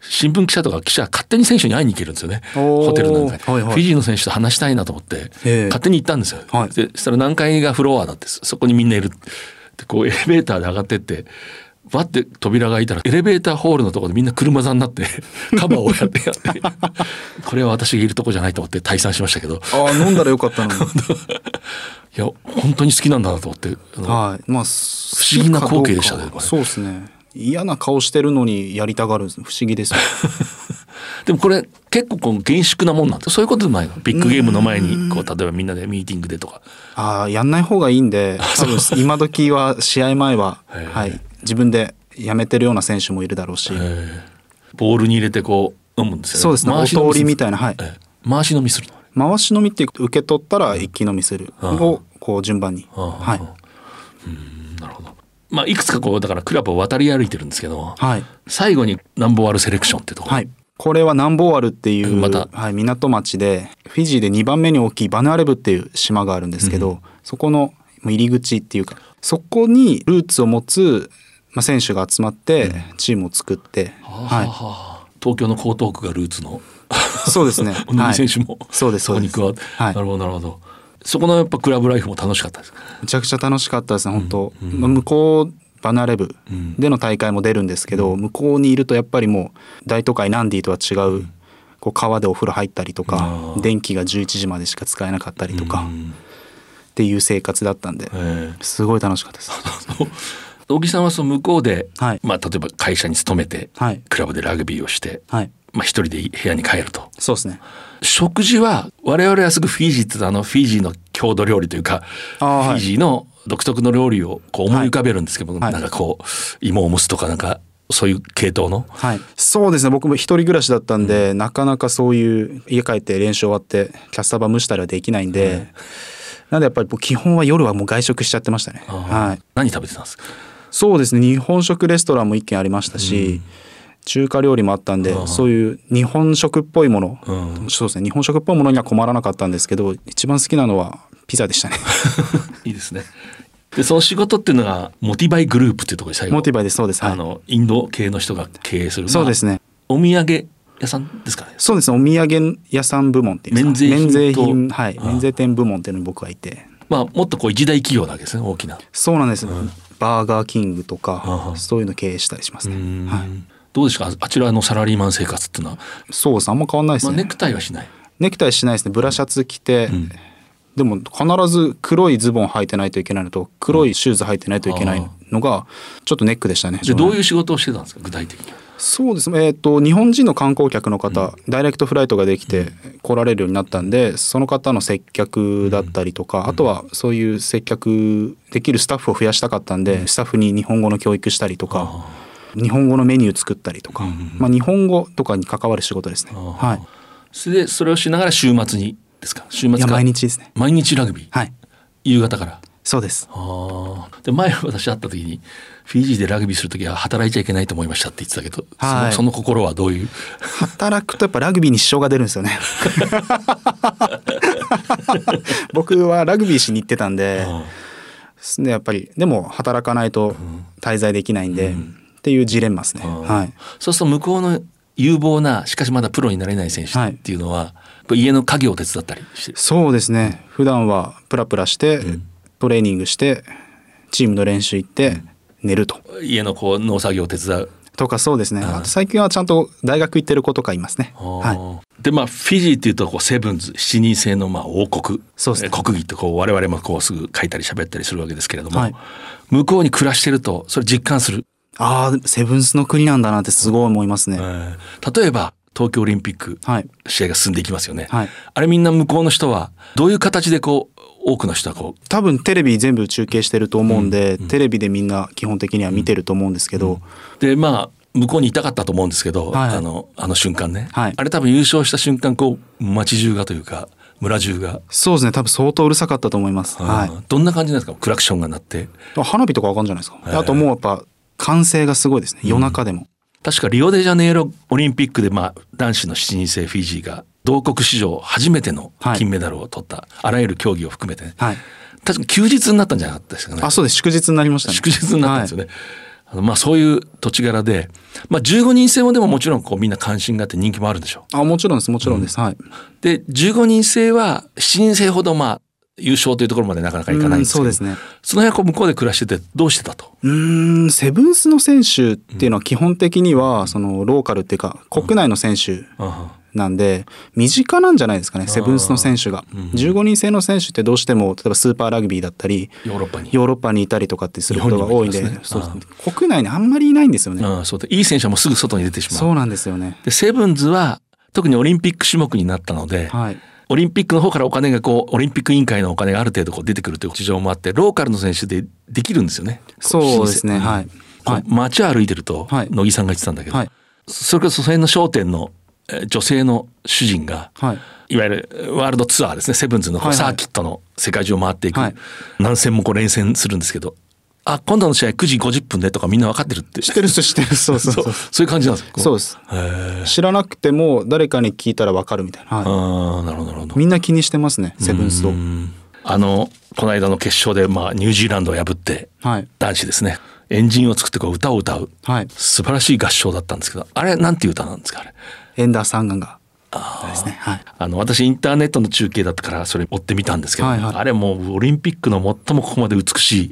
A: 新聞記者とか記者は勝手に選手に会いに行けるんですよね
B: おー
A: ホテルなんかに、
B: はいはい
A: フィジーの選手と話したいなと思って
B: ええ
A: 勝手に行ったんですよ、
B: はい
A: でそしたら何階がフロアだってそそこにみんないるでこうエレベーターで上がってってバッて扉が開いたらエレベーターホールのところでみんな車座にな
B: [laughs]
A: ってカバーをやってやってこれは私がいるとこじゃないと思って退散しましたけど
B: ああ飲んだらよ
A: [laughs]
B: かったのに
A: いや本当に好きなんだなと思ってあの
B: はい。まあ、
A: 不
B: 不
A: 思議な光景でしたねこれ
B: そうですね。嫌な顔してるのにやりたがるんです不思議です。
A: でもこれ結構こう厳粛なもんなんてそういうことでもないのビッグゲームの前にこう例えばみんなでミーティングでとか
B: [laughs] ああ、やんない方がいいんで、多分今時は試合前は、
A: へえ
B: はい、自分でやめてるような選手もいるだろうし、
A: ボールに入れてこう飲むんですよ
B: そうですね。お
A: 回し飲
B: 通
A: みす
B: り
A: る
B: みたいな、はい。
A: ええ回し飲みするの
B: 回し飲みって受け取ったら一気飲みするをこう順番に、
A: ああ
B: はい、
A: なるほど。まあ、いくつかこうだからクラブを渡り歩いてるんですけども、
B: はい、
A: 最後に南ボワールセレクションってとこ、
B: はい。これは南ボワルっていう、
A: また
B: はい、港町で、フィジーで2番目に大きいバヌアレブっていう島があるんですけど、そこの入り口っていうか、そこにルーツを持つ、まあ、選手が集まって、チームを作って、は
A: ああ東京の江東区がルーツの
B: い。そうで
A: [laughs]
B: すね。
A: 小野
B: は
A: 木選
B: い
A: 手も、
B: そうです、
A: そ
B: そ
A: こ
B: うで
A: に
B: す。
A: 加わって、
B: はい
A: なる。ほどなるほどそこのやっぱクラブライフも楽しかったですか
B: めちゃくちゃ楽しかったですね、本当、まあ向こう、バヌアレブでの大会も出るんですけど、向こうにいるとやっぱりもう、大都会ナンディとは違う、こう川でお風呂入ったりとか、電気が11時までしか使えなかったりとか。っていう生活だったんで、
A: え
B: すごい楽しかった [laughs] です。
A: え小木さんはその向こうで、
B: はい
A: まあ、例えば会社に勤めて、
B: はい
A: クラブでラグビーをして、
B: はい。
A: まあ、一人で部屋に帰ると
B: そうですね。
A: 食事は我々はすぐフィジーってあのフィジーの郷土料理というか、
B: あーはい
A: フィジーの独特の料理をこう思い浮かべるんですけど、
B: はい
A: なんかこう芋を蒸すとかなんかそういう系統の
B: はい。そうですね。僕も一人暮らしだったんで、なかなかそういう家帰って練習終わってキャスタバ蒸したりはできないんで、なんでやっぱりもう基本は夜はもう外食しちゃってましたね。はい。
A: 何食べてたん
B: [laughs]
A: ですか
B: そうですね。日本食レストランも一軒ありましたし、中華料理もあったんで、そういう日本食っぽいもの、そうですね。日本食っぽいものには困らなかったんですけど、一番好きなのはピザで [laughs] したね。
A: いいですねでその仕事っていうのがモティバイグループっていうところで最後
B: モティバイでそうです。はい
A: あのインド系の人が経営する、
B: そうですね
A: まあお土産屋さんですかね
B: そうですねお土産屋さん部門っていうんですか
A: 免税品と
B: 免税品はい
A: ああ
B: 免税店部門っていうのに僕はいて
A: まあもっとこう一大企業なわけですね大きな
B: そうなんです、バーガーキングと
A: あ
B: か
A: あ
B: そういうの経営したりしますね、はい、
A: どうですかあちらのサラリーマン生活っていうのは、
B: そうですあんま変わんないです
A: まあ、
B: ね、
A: ネクタイはしない
B: ネクタイしないですねブラシャツ着て、でも必ず黒いズボン履いてないといけないのと黒いシューズ履いてないといけないのがちょっとネックでしたね
A: じゃあどう
B: う
A: いう仕事をしてたんですか具体的には
B: そうですねえっ、と日本人の観光客の方、ダイレクトフライトができて来られるようになったんでその方の接客だったりとか、あとはそういう接客できるスタッフを増やしたかったんで、スタッフに日本語の教育したりとか、日本語のメニュー作ったりとか、まあ、日本語とかに関わる仕事ですね、はい
A: それでそれをしながら週末にですか週末
B: いや
A: か
B: 毎日ですね
A: 毎日ラグビー、
B: はい
A: 夕方から
B: そうです
A: あーで前私会った時にフィジーでラグビーする時は働いちゃいけないと思いましたって言ってたけど、
B: はい
A: そのその心はどういう
B: [laughs] 働くとやっぱラグビーに支障が出るんですよね僕はラグビーしに行ってたんで、
A: うん
B: でやっぱりでも働かないと滞在できないんで、っていうジレンマですね、
A: うん
B: はい
A: そうすると向こうの有望なしかしまだプロになれない選手
B: はい
A: っていうのは、やっぱ家の家業を手伝ったりして
B: そうですね普段はプラプラして、トレーニングしてチームの練習行って寝ると
A: 家のこう農作業を手伝う。
B: とかそうですね、あと最近はちゃんと大学行ってる子とかいますね、はい、
A: でまあフィジーっていうとこうセブンズ7人制のまあ王国
B: そうですね
A: えー国技ってこう我々もこうすぐ書いたり喋ったりするわけですけれども、
B: はい
A: 向こうに暮らしてるとそれ実感する、
B: ああセブンスの国なんだなってすごい思いますね、
A: えー例えば東京オリンピック
B: はい
A: 試合が進んでいきますよね、
B: はい
A: あれみんな向こうの人はどういう形でこう多くの人はこう
B: 多分テレビ全部中継してると思うんで、テレビでみんな基本的には見てると思うんですけど、
A: でまあ向こうにいたかったと思うんですけど、
B: はい
A: あのあの瞬間ね、
B: はい
A: あれ多分優勝した瞬間こう街中がというか村中が、
B: そうですね多分相当うるさかったと思います、はい
A: うんどんな感じなんですかクラクションが鳴って
B: 花火とかわかんじゃないですか、あともうやっぱ歓声がすごいですね夜中でも、
A: 確かリオデジャネイロオリンピックで、まあ、男子の7人制フィジーが同国史上初めての
B: はい
A: 金メダルを取った、あらゆる競技を含めてね、
B: はい
A: 確か休日になったんじゃなかったですかね
B: あそうです祝日になりましたね
A: 祝日になったんですよ
B: ね、
A: ね。あのまあそういう土地柄で、まあ、15人制もでももちろんこうみんな関心があって人気もあるでしょ
B: はいあもちろんですもちろんです、はい
A: で15人制は7人制ほどまあ優勝というところまでなかなかいかないんですけど
B: うんそうですね
A: その辺はこう向こうで暮らしててどうしてたと
B: うーんセブンスの選手っていうのは基本的にはそのローカルっていうか国内の選手なんで身近なんじゃないですかねセブンスの選手が15人制の選手ってどうしても例えばスーパーラグビーだったり
A: ヨーロッパに。
B: ヨーロッパにいたりとかってすることが多いん
A: 日
B: で
A: 本にもいます
B: そ
A: ね
B: うです国内にあんまりいないんですよね
A: うん、そうでいい選手はもうすぐ外に出てしまう
B: そうなんですよね
A: でセブンズは特にオリンピック種目になったので、
B: はい
A: オリンピックの方からお金がこうオリンピック委員会のお金がある程度こう出てくるという事情もあってローカルの選手でできるんですよね。
B: そうですねはい
A: こう
B: はい
A: 街を歩いてると、
B: はい
A: 乃木さんが言ってたんだけど、
B: はい
A: それこそその辺の商店のえー女性の主人が、
B: はい
A: いわゆるワールドツアーですねセブンズのこう
B: はいはい
A: サーキットの世界中を回っていく、
B: はい
A: 何戦もこう連戦するんですけど「あ今度の試合9時50分で」とかみんな分かってるって
B: 知ってる人知って
A: [laughs]
B: るそうそう
A: そ
B: そうう
A: そういう感じなんですよこ
B: そうです
A: へー
B: 知らなくても誰かに聞いたらわかるみたいな、は
A: ああなるほどなるほ
B: い、
A: ど。
B: みんな気にしてますねセブンスを
A: あのこの間の決勝で、まあ、ニュージーランドを破って、
B: はい
A: 男子ですねエンジンを作ってこう歌を歌う、
B: はい
A: 素晴らしい合唱だったんですけどあれなんていう歌なんですかあれ
B: エンダー三眼がですねはい
A: あの私インターネットの中継だったからそれ追ってみたんですけど、
B: はいはい
A: あれもうオリンピックの最もここまで美しい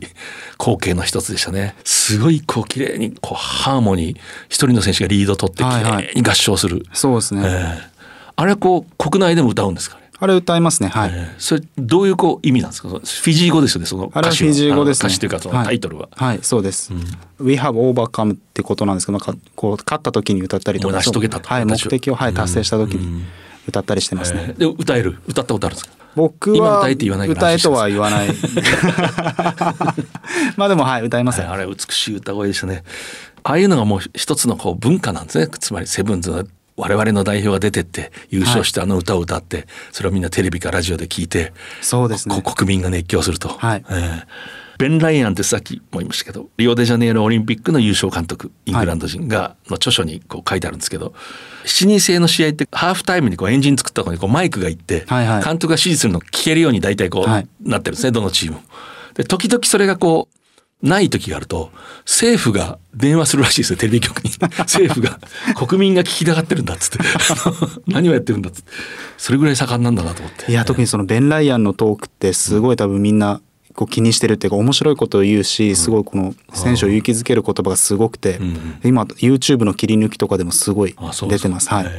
A: 光景の一つでしたねすごいこう綺麗にこうハーモニー一人の選手がリードを取って綺
B: はいはい
A: 麗に合唱する、
B: そうですね、
A: ええあれはこう国内でも歌うんですかね
B: あれ歌いますねはい、
A: えーそれどういうこう意味なんですかそのフィジー語ですよねその
B: あれ
A: 歌
B: は
A: 詞
B: フ
A: は
B: ィジー語です
A: あ
B: ね
A: の歌詞というかそのタイトルは、
B: はい、はいそうです、We have overcome ってことなんですけどなんかこう勝った時に歌ったりと
A: もう
B: か
A: 成し遂げたと
B: はい、目
A: 私は
B: 的を、はい、達成した時に歌ったりしてますね、
A: えーで歌える歌ったことあるんですか
B: 僕は
A: 今歌えって言わないから
B: 歌えとは言わない
A: [laughs]
B: まあでもはい歌います
A: はい
B: よ、
A: あれ美しい歌声でしたねああいうのがもう一つのこう文化なんですねつまりセブンズの我々の代表が出てって優勝してあの歌を歌って、それをみんなテレビかラジオで聞いて
B: そうですね
A: こ国民が熱狂すると、
B: はい
A: えーベン・ライアンってさっきも言いましたけどリオデジャネイロオリンピックの優勝監督イングランド人がの著書にこう書いてあるんですけど、7人制の試合ってハーフタイムにこうエンジン作ったところにこうマイクが行って、
B: はいはい
A: 監督が指示するのを聞けるように大体こう
B: はい
A: なってるんですね、どのチームも。で時々それがこうない時があると政府が電話するらしいですよテレビ
B: [laughs]
A: 局に政府が国民が聞きたがってるんだっつって [laughs] あの何をやってるんだっつってそれぐらい盛んなんだなと思って
B: いや特にそのベン・ライアンのトークってすごい多分みんなこう気にしてるっていうか面白いことを言うしすごいこの選手を勇気づける言葉がすごくて今 YouTube の切り抜きとかでもすごい
A: あそうで
B: 出
A: すか
B: てますはい
A: なる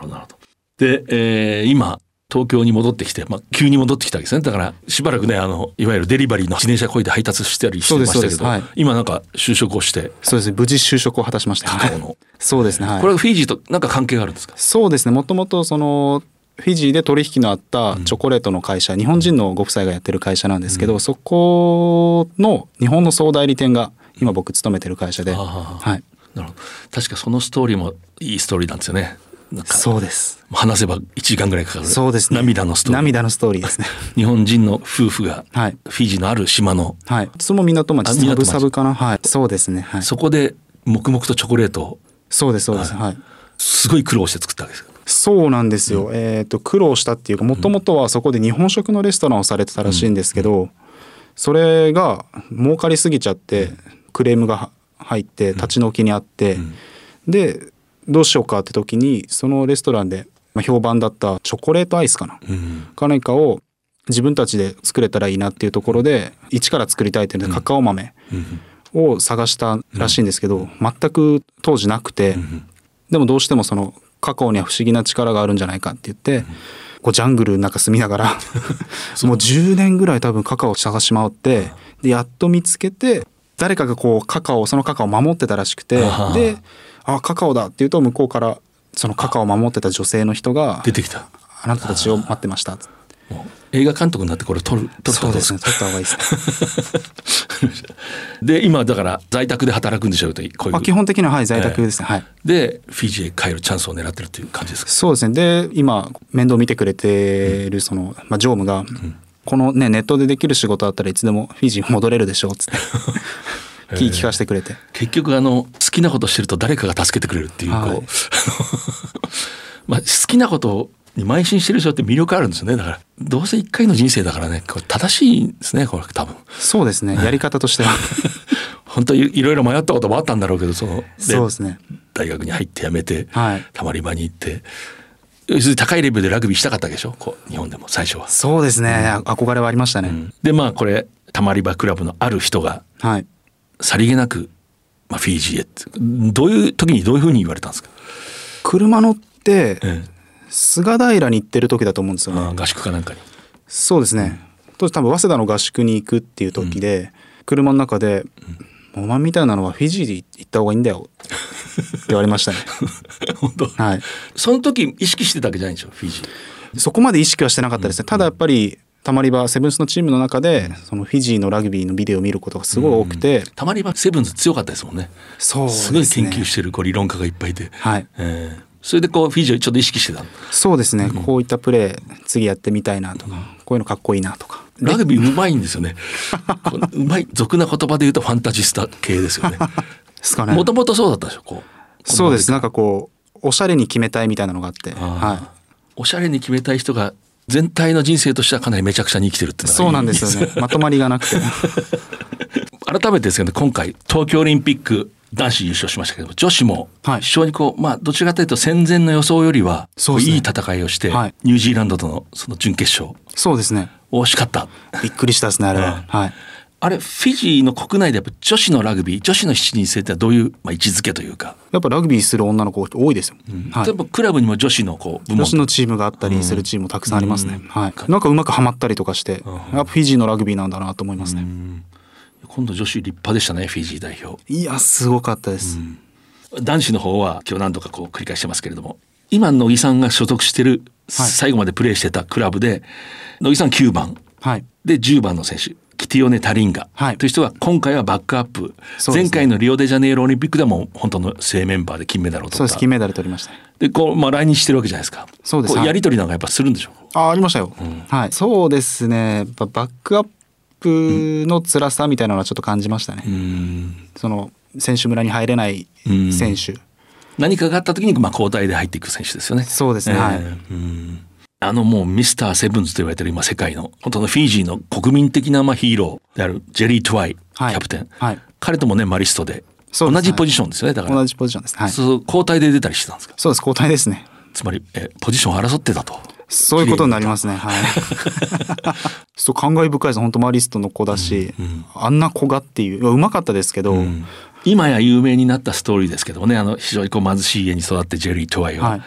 A: ほどなるほど。で、えー今東京に戻ってきて、まあ、急に戻ってきたわけですねだからしばらくねあのいわゆるデリバリーの自転車こいで配達してたりしてました
B: そう
A: け
B: です
A: ど、
B: そうですはい
A: 今なんか就職をして
B: そうですね無事就職を果たしました
A: カカオの、
B: そうですねはい
A: これはフィジーとなんか関係があるんですか
B: そうですねもともとそのフィジーで取引のあったチョコレートの会社、日本人のご夫妻がやってる会社なんですけど、そこの日本の総代理店が今僕勤めてる会社で、
A: あー
B: はい、
A: なるほど確かそのストーリーもいいストーリーなんですよねなんか
B: そうです
A: 話せば1時間ぐらいかかる
B: そうですね
A: 涙のストーリー
B: 涙のストーリーですね
A: 日本人の夫婦がフ
B: はい
A: ィジーの [laughs] ある島の、
B: はいいつも港町
A: あ
B: サ
A: 港
B: ブ
A: 町
B: サブかなはいそうですねはいそ
A: そこで黙々とチョコレートを
B: うですそうですはい、
A: すごい苦労して作ったわけですよ
B: そうなんですよ、えー、と苦労したっていうかもともとはそこで日本食のレストランをされてたらしいんですけど、それが儲かりすぎちゃってクレームが入って立ち退きにあって、でどうしようかって時にそのレストランでまあ評判だったチョコレートアイスかな、
A: うん
B: か何かを自分たちで作れたらいいなっていうところで一から作りたいっていうのでカカオ豆を探したらしいんですけど、全く当時なくて、でもどうしてもそのカカオには不思議な力があるんじゃないかって言って、こうジャングルの中住みながら [laughs] もう10年ぐらい多分カカオを探し回ってでやっと見つけて誰かがこうカカオそのカカオを守ってたらしくて
A: あー
B: で「あカカオだ」って言うと向こうからそのカカオを守ってた女性の人が
A: 出てきた
B: あなたたちを待ってました。
A: もう映画監督になってこれ撮る撮った
B: そう
A: こと
B: ですね。取った方がいい [laughs] です。
A: で今だから在宅で働くんでしょうとこうい
B: あ
A: う
B: 基本的にははい在宅ですね。はい。
A: でフィジーへ帰るチャンスを狙ってるという感じですか
B: そうですね。で今面倒見てくれてるそのまあ常務が、このねネットでできる仕事だったらいつでもフィジー戻れるでしょうっ [laughs] つって気聞かせてくれて。
A: 結局あの好きなことしてると誰かが助けてくれるっていうこう、
B: はい
A: [laughs] まあ、好きなことに邁進してる人って魅力あるんですよねだからどうせ一回の人生だからねこれ正しいんですねこれ多分
B: そうですね。やり方と [laughs] しては
A: 本当にいろいろ迷ったこともあったんだろうけどその
B: そうですね。
A: 大学に入って辞めて、
B: はい
A: たまり場に行って要するに高いレベルでラグビーしたかったわけでしょこう日本でも最初は。
B: そうですね。憧れはありましたね。
A: でまあこれたまり場クラブのある人が
B: はい。
A: さりげなく、まあ、フィジーへってどういう時にどういうふうに言われたんですか、
B: 車乗って
A: ええ
B: 菅平に行ってる時だと思うんですよね。
A: 合宿かなんかに。
B: そうですね当時多分早稲田の合宿に行くっていう時で、車の中で「お前みたいなのはフィジーで行った方がいいんだ [laughs] よ」って言われま [laughs] したね
A: [laughs] 本当
B: はい
A: その時意識してたわけじゃないんでしょフィジー
B: そこまで意識はしてなかったですねただやっぱりたまり場セブンスのチームの中でそのフィジーのラグビーのビデオを見ることがすごい多くて、
A: たまり場セブンズ強かったですもんね
B: そうですす
A: ご
B: ね
A: い研究してるこう理論家がいっぱいいて、
B: はい
A: えーそれでこうフィジーをちょっと意識してたの
B: そうですね、こういったプレー次やってみたいなとか、こういうのかっこいいなとか
A: ラグビーうまいんですよ
B: [laughs]
A: ねこううまい俗な言葉で言うとファンタジスタ系です
B: [laughs]
A: よね
B: ですかね
A: もともとそうだったでしょこう
B: そうですなんかこうおしゃれに決めたいみたいなのがあってはい
A: おしゃれに決めたい人が全体の人生としてはかなりめちゃくちゃに生きてるっていのが
B: そうなんです [laughs] よねまとまりがなくて
A: 改めてですけど今回東京オリンピック男子優勝しましたけども女子も
B: はい
A: 非常にこう、まあどちらかというと戦前の予想よりは
B: そうですね
A: いい戦いをして、
B: はい
A: ニュージーランドとのその準決勝
B: そうですね
A: 惜しかった
B: びっくりしたですねあれは、はい
A: あれフィジーの国内でやっぱ女子のラグビー女子の七人制ってのはどういう、まあ、位置づけというか、
B: やっぱラグビーする女の子多いですよ、はい
A: 例えばクラブにも女子のこう部
B: 女
A: 門
B: 子のチームがあったりするチームもたくさんありますね、はいなんかうまくはまったりとかして、やっぱフィジーのラグビーなんだなと思いますね、
A: 今度女子立派でしたねフィジー代表
B: いやすごかったです、
A: 男子の方は今日何度かこう繰り返してますけれども今乃木さんが所属してる
B: はい
A: 最後までプレーしてたクラブで、乃木さん9番
B: はい
A: で10番の選手キティオネ・タリンガ
B: はい
A: という人は今回はバックアップ、
B: そうですね
A: 前回のリオデジャネイロオリンピックではもう本当の正メンバーで金メダルを
B: そ
A: 取っ
B: うです
A: た
B: 金メダル取りましたね
A: でこう、まあ、来日してるわけじゃないですか
B: そうです
A: こ
B: はい
A: やり取りなんかやっぱするんでしょう
B: あありましたよ、はいそうですねやっぱバックアップの辛さみたいなのはちょっと感じましたね、その選手村に入れない選手、
A: 何かがあった時に、まあ、交代で入っていく選手ですよね
B: そうですね、
A: えー
B: はい
A: うんあのもうミスターセブンズと言われてる今世界の本当のフィジーの国民的なまあヒーローであるジェリー・トゥワイ、
B: はい
A: キャプテン、
B: はい
A: 彼ともねマリストで
B: そうで
A: 同
B: す
A: じポジションですよねだから
B: 同じポジションですねはい
A: そうそう交代で出たりしてたんですか
B: そうです交代ですね
A: つまりえポジションを争ってたと
B: そういうことになりますね。はい。 [laughs] そう感慨深いです。本当マリストの子だし、あんな子がっていう、いやうまかったですけど、
A: 今や有名になったストーリーですけどもねあの非常にこう貧しい家に育ってジェリー・トゥワイは、
B: はい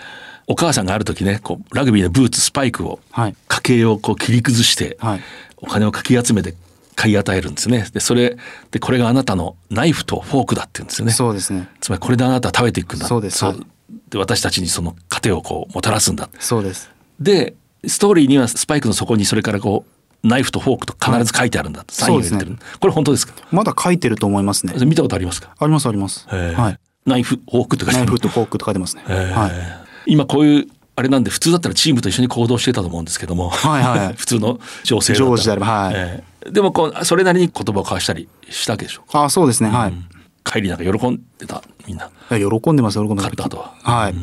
A: お母さんがある時ねこうラグビーでブーツスパイクを、
B: はい
A: 家計をこう切り崩して、
B: はい
A: お金をかき集めて買い与えるんですねでそれでこれがあなたのナイフとフォークだって言うんですよね
B: そうですね。
A: つまりこれであなたは食べていくんだ
B: そうですはい
A: で私たちにその糧をこうもたらすんだ
B: そうです。
A: でストーリーにはスパイクの底にそれからこうナイフとフォークと必ず書いてあるんだ、サインを入れて
B: そう
A: る、
B: で
A: これ本当ですか
B: まだ書いてると思いますね。
A: 見たことありますか
B: ありますあります。はい。
A: ナイフ、フォークとか
B: ナイフとフォークと書いてますね。はい。
A: 今こういう、あれなんで普通だったらチームと一緒に行動してたと思うんですけども。
B: はいはい
A: [laughs] 普通の情勢だったら
B: 常時であればはい
A: ええでもこう、それなりに言葉を交わしたりしたわけでしょうか。
B: あ、そうですね。はい。い
A: 帰りなんか喜んでた、みんな。
B: や喜んでます喜んでます。
A: 勝った後は
B: はい。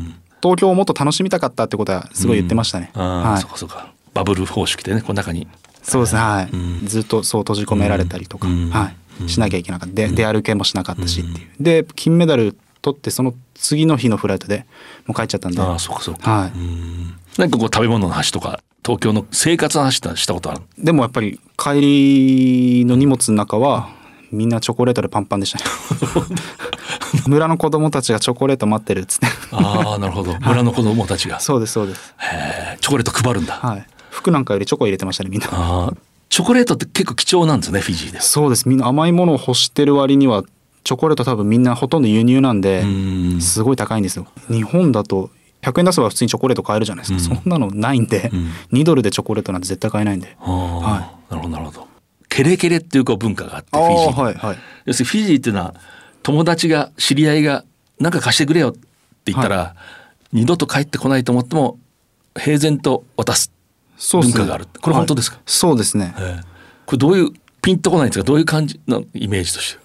B: 東京をもっと楽しみたかったってことはすごい言ってましたね。
A: ああ、
B: はい
A: そうかそうかバブル方式でねこの中に
B: そうですね、はい
A: うん
B: ずっとそう閉じ込められたりとか、
A: うん
B: はい、しなきゃいけなかったで出歩けもしなかったしっていう、で金メダル取ってその次の日のフライトでもう帰っちゃったんで
A: ああそうかそうか、
B: はい
A: なんかこう食べ物の箸とか東京の生活の箸とかしたことある
B: [laughs] でもやっぱり帰りの荷物の中はみんなチョコレートでパンパンでしたね [laughs] 村の子供たちがチョコレート待ってるっつって
A: ああなるほど村の子供たちが
B: そうですそうです
A: へえチョコレート配るんだ、
B: はい服なんかよりチョコ入れてましたねみんな
A: ああチョコレートって結構貴重なんですねフィジーです
B: そうですみんな甘いものを欲してる割にはチョコレート多分みんなほとんど輸入なんで
A: うん
B: すごい高いんですよ日本だと100円出せば普通にチョコレート買えるじゃないですか、そんなのないんで、2ドルでチョコレートなんて絶対買えないんで
A: ああ、なるほどなるほどケレケレっていうこう文化があってフィジーに
B: はいはい
A: 要するにフィジーっていうのは友達が知り合いが何か貸してくれよって言ったら、二度と帰ってこないと思っても平然と渡す
B: そうっすね
A: 文化があるこれ本当ですか
B: はいそうですね
A: ええこれどういうピンとこないんですかどういう感じのイメージとして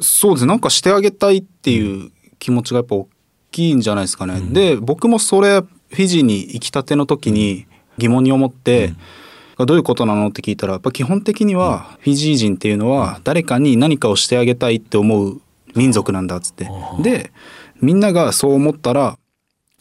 B: そうですねなんかしてあげたいっていう気持ちがやっぱ大きいんじゃないですかね、で僕もそれフィジーに行きたての時に疑問に思って、どういうことなのって聞いたらやっぱ基本的にはフィジー人っていうのは誰かに何かをしてあげたいって思う民族なんだっつってでみんながそう思ったら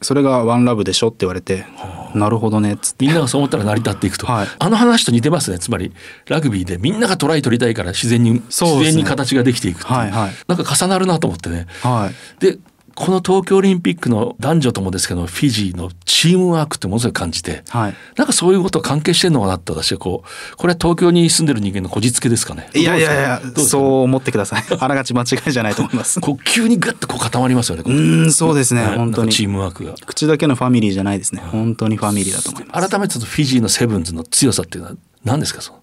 B: それがワンラブでしょって言われてなるほどねっつって
A: みんながそう思ったら成り立っていくと、
B: はい
A: あの話と似てますねつまりラグビーでみんながトライ取りたいから自然に、
B: そう
A: 自
B: ですね
A: 然に形ができていくっていう、
B: はいはい
A: なんか重なるなと思ってね
B: はい
A: でこの東京オリンピックの男女ともですけどフィジーのチームワークってものすごい感じて、
B: はい
A: なんかそういうこと関係してんのかなって私はこうこれは東京に住んでる人間のこじつけですかね
B: いやいやいや
A: どうですか
B: そう思ってください [laughs] あながち間違いじゃないと思います
A: こう急にガッとこう固まりますよねこ
B: うーんそうですね
A: ね
B: 本当
A: なん
B: に
A: かチームワークが
B: 口だけのファミリーじゃないですね本当にファミリーだと思います
A: 改めてそのフィジーのセブンズの強さっていうのは何ですかその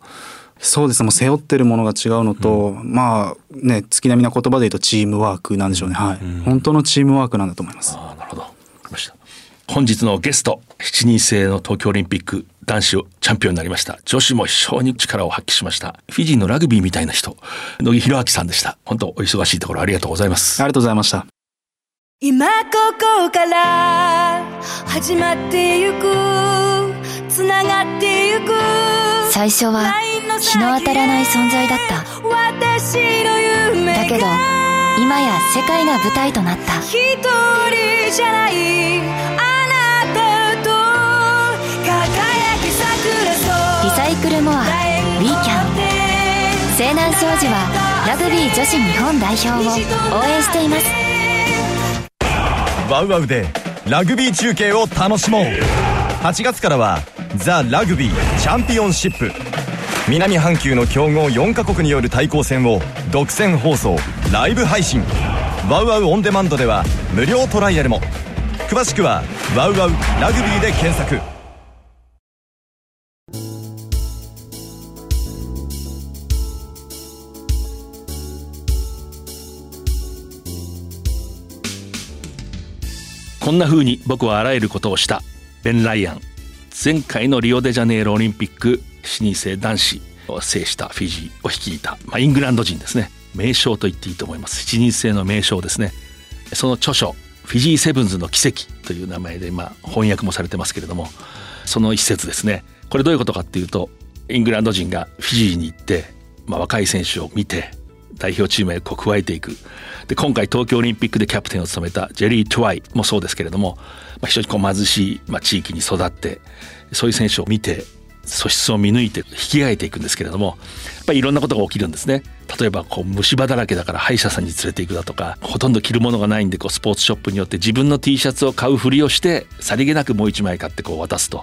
B: そうですねもう背負ってるものが違うのと、まあね月並みな言葉で言うとチームワークなんでしょうねはい、本当のチームワークなんだと思います
A: ああなるほどわかりました本日のゲスト7人制の東京オリンピック男子をチャンピオンになりました女子も非常に力を発揮しましたフィジーのラグビーみたいな人野木弘明さんでした本当お忙しいところありがとうございます
B: ありがとうございました
G: 今ここから始まってゆくつながってゆく
H: 最初は日の当たらない存在だった
G: 私の夢が
H: だけど今や世界が舞台となった
G: 一人じゃないあなたと輝き
H: リ
G: 桜と
H: サイクルモア「WeCan」西南商事はラグビー女子日本代表を応援しています
I: ワウワウでラグビー中継を楽しもう8月からはザ・ラグビーチャンピオンシップ南半球の強豪4カ国による対抗戦を独占放送ライブ配信ワウワウオンデマンドでは無料トライアルも詳しくは「ワウワウラグビー」で検索
A: こんな風に僕はあらゆることをしたベン・ライアン前回のリオデジャネイロオリンピック7人制男子を制したフィジーを率いた、まあ、イングランド人ですね名将と言っていいと思います7人制の名将ですねその著書「フィジーセブンズの奇跡」という名前で、まあ、翻訳もされてますけれどもその一節ですねこれどういうことかっていうとイングランド人がフィジーに行って、まあ、若い選手を見て代表チームへこう加えていくで今回東京オリンピックでキャプテンを務めたジェリー・トゥワイもそうですけれども、まあ、非常にこう貧しい、まあ、地域に育ってそういう選手を見て素質を見抜いて引き上げていくんですけれどもやっぱりいろんなことが起きるんですね例えばこう虫歯だらけだから歯医者さんに連れていくだとかほとんど着るものがないんでこうスポーツショップによって自分の T シャツを買うふりをしてさりげなくもう一枚買ってこう渡すと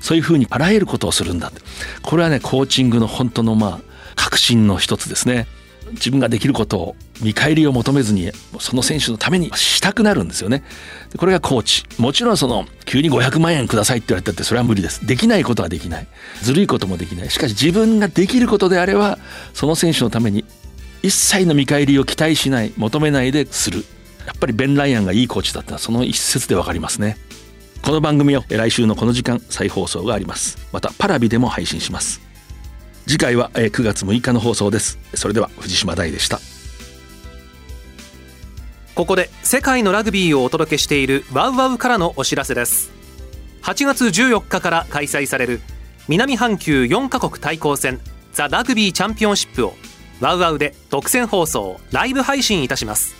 A: そういうふうにあらゆることをするんだってこれはねコーチングの本当のまあ確信の一つですね自分ができることを見返りを求めずにその選手のためにしたくなるんですよねでこれがコーチもちろんその急に500万円くださいって言われたってそれは無理ですできないことはできないずるいこともできないしかし自分ができることであればその選手のために一切の見返りを期待しない求めないでするやっぱりベン・ライアンがいいコーチだったのはその一節でわかりますねこの番組を来週のこの時間再放送がありますまたパラビでも配信します次回はえー9月6日の放送ですそれでは藤島大でした
F: ここで世界のラグビーをお届けしているワウワウからのお知らせです8月14日から開催される南半球4カ国対抗戦ザ・ラグビーチャンピオンシップをワウワウで独占放送ライブ配信いたします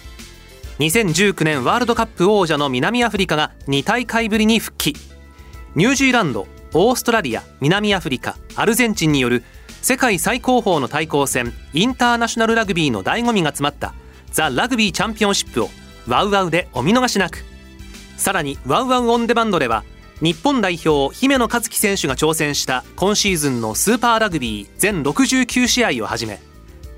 F: 2019年ワールドカップ王者の南アフリカが2大会ぶりに復帰ニュージーランドオーストラリア南アフリカアルゼンチンによる世界最高峰の対抗戦インターナショナルラグビーの醍醐味が詰まったザ・ラグビーチャンピオンシップをワウワウでお見逃しなくさらにワウワウオンデマンドでは日本代表姫野和樹選手が挑戦した今シーズンのスーパーラグビー全69試合をはじめ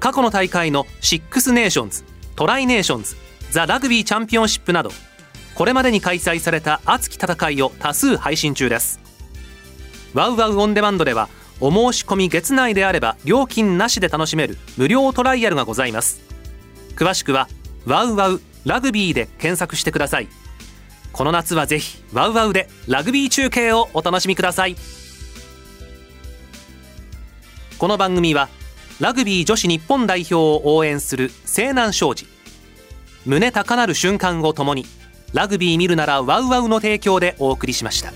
F: 過去の大会のシックスネーションズトライネーションズザ・ラグビーチャンピオンシップなどこれまでに開催された熱き戦いを多数配信中ですワウワウオンデマンドではお申し込み月内であれば料金なしで楽しめる無料トライアルがございます詳しくは「ワウワウラグビー」で検索してくださいこの夏はぜひ「ワウワウでラグビー中継をお楽しみくださいこの番組はラグビー女子日本代表を応援する西南商事胸高なる瞬間をともにラグビー見るならワウワウの提供でお送りしました。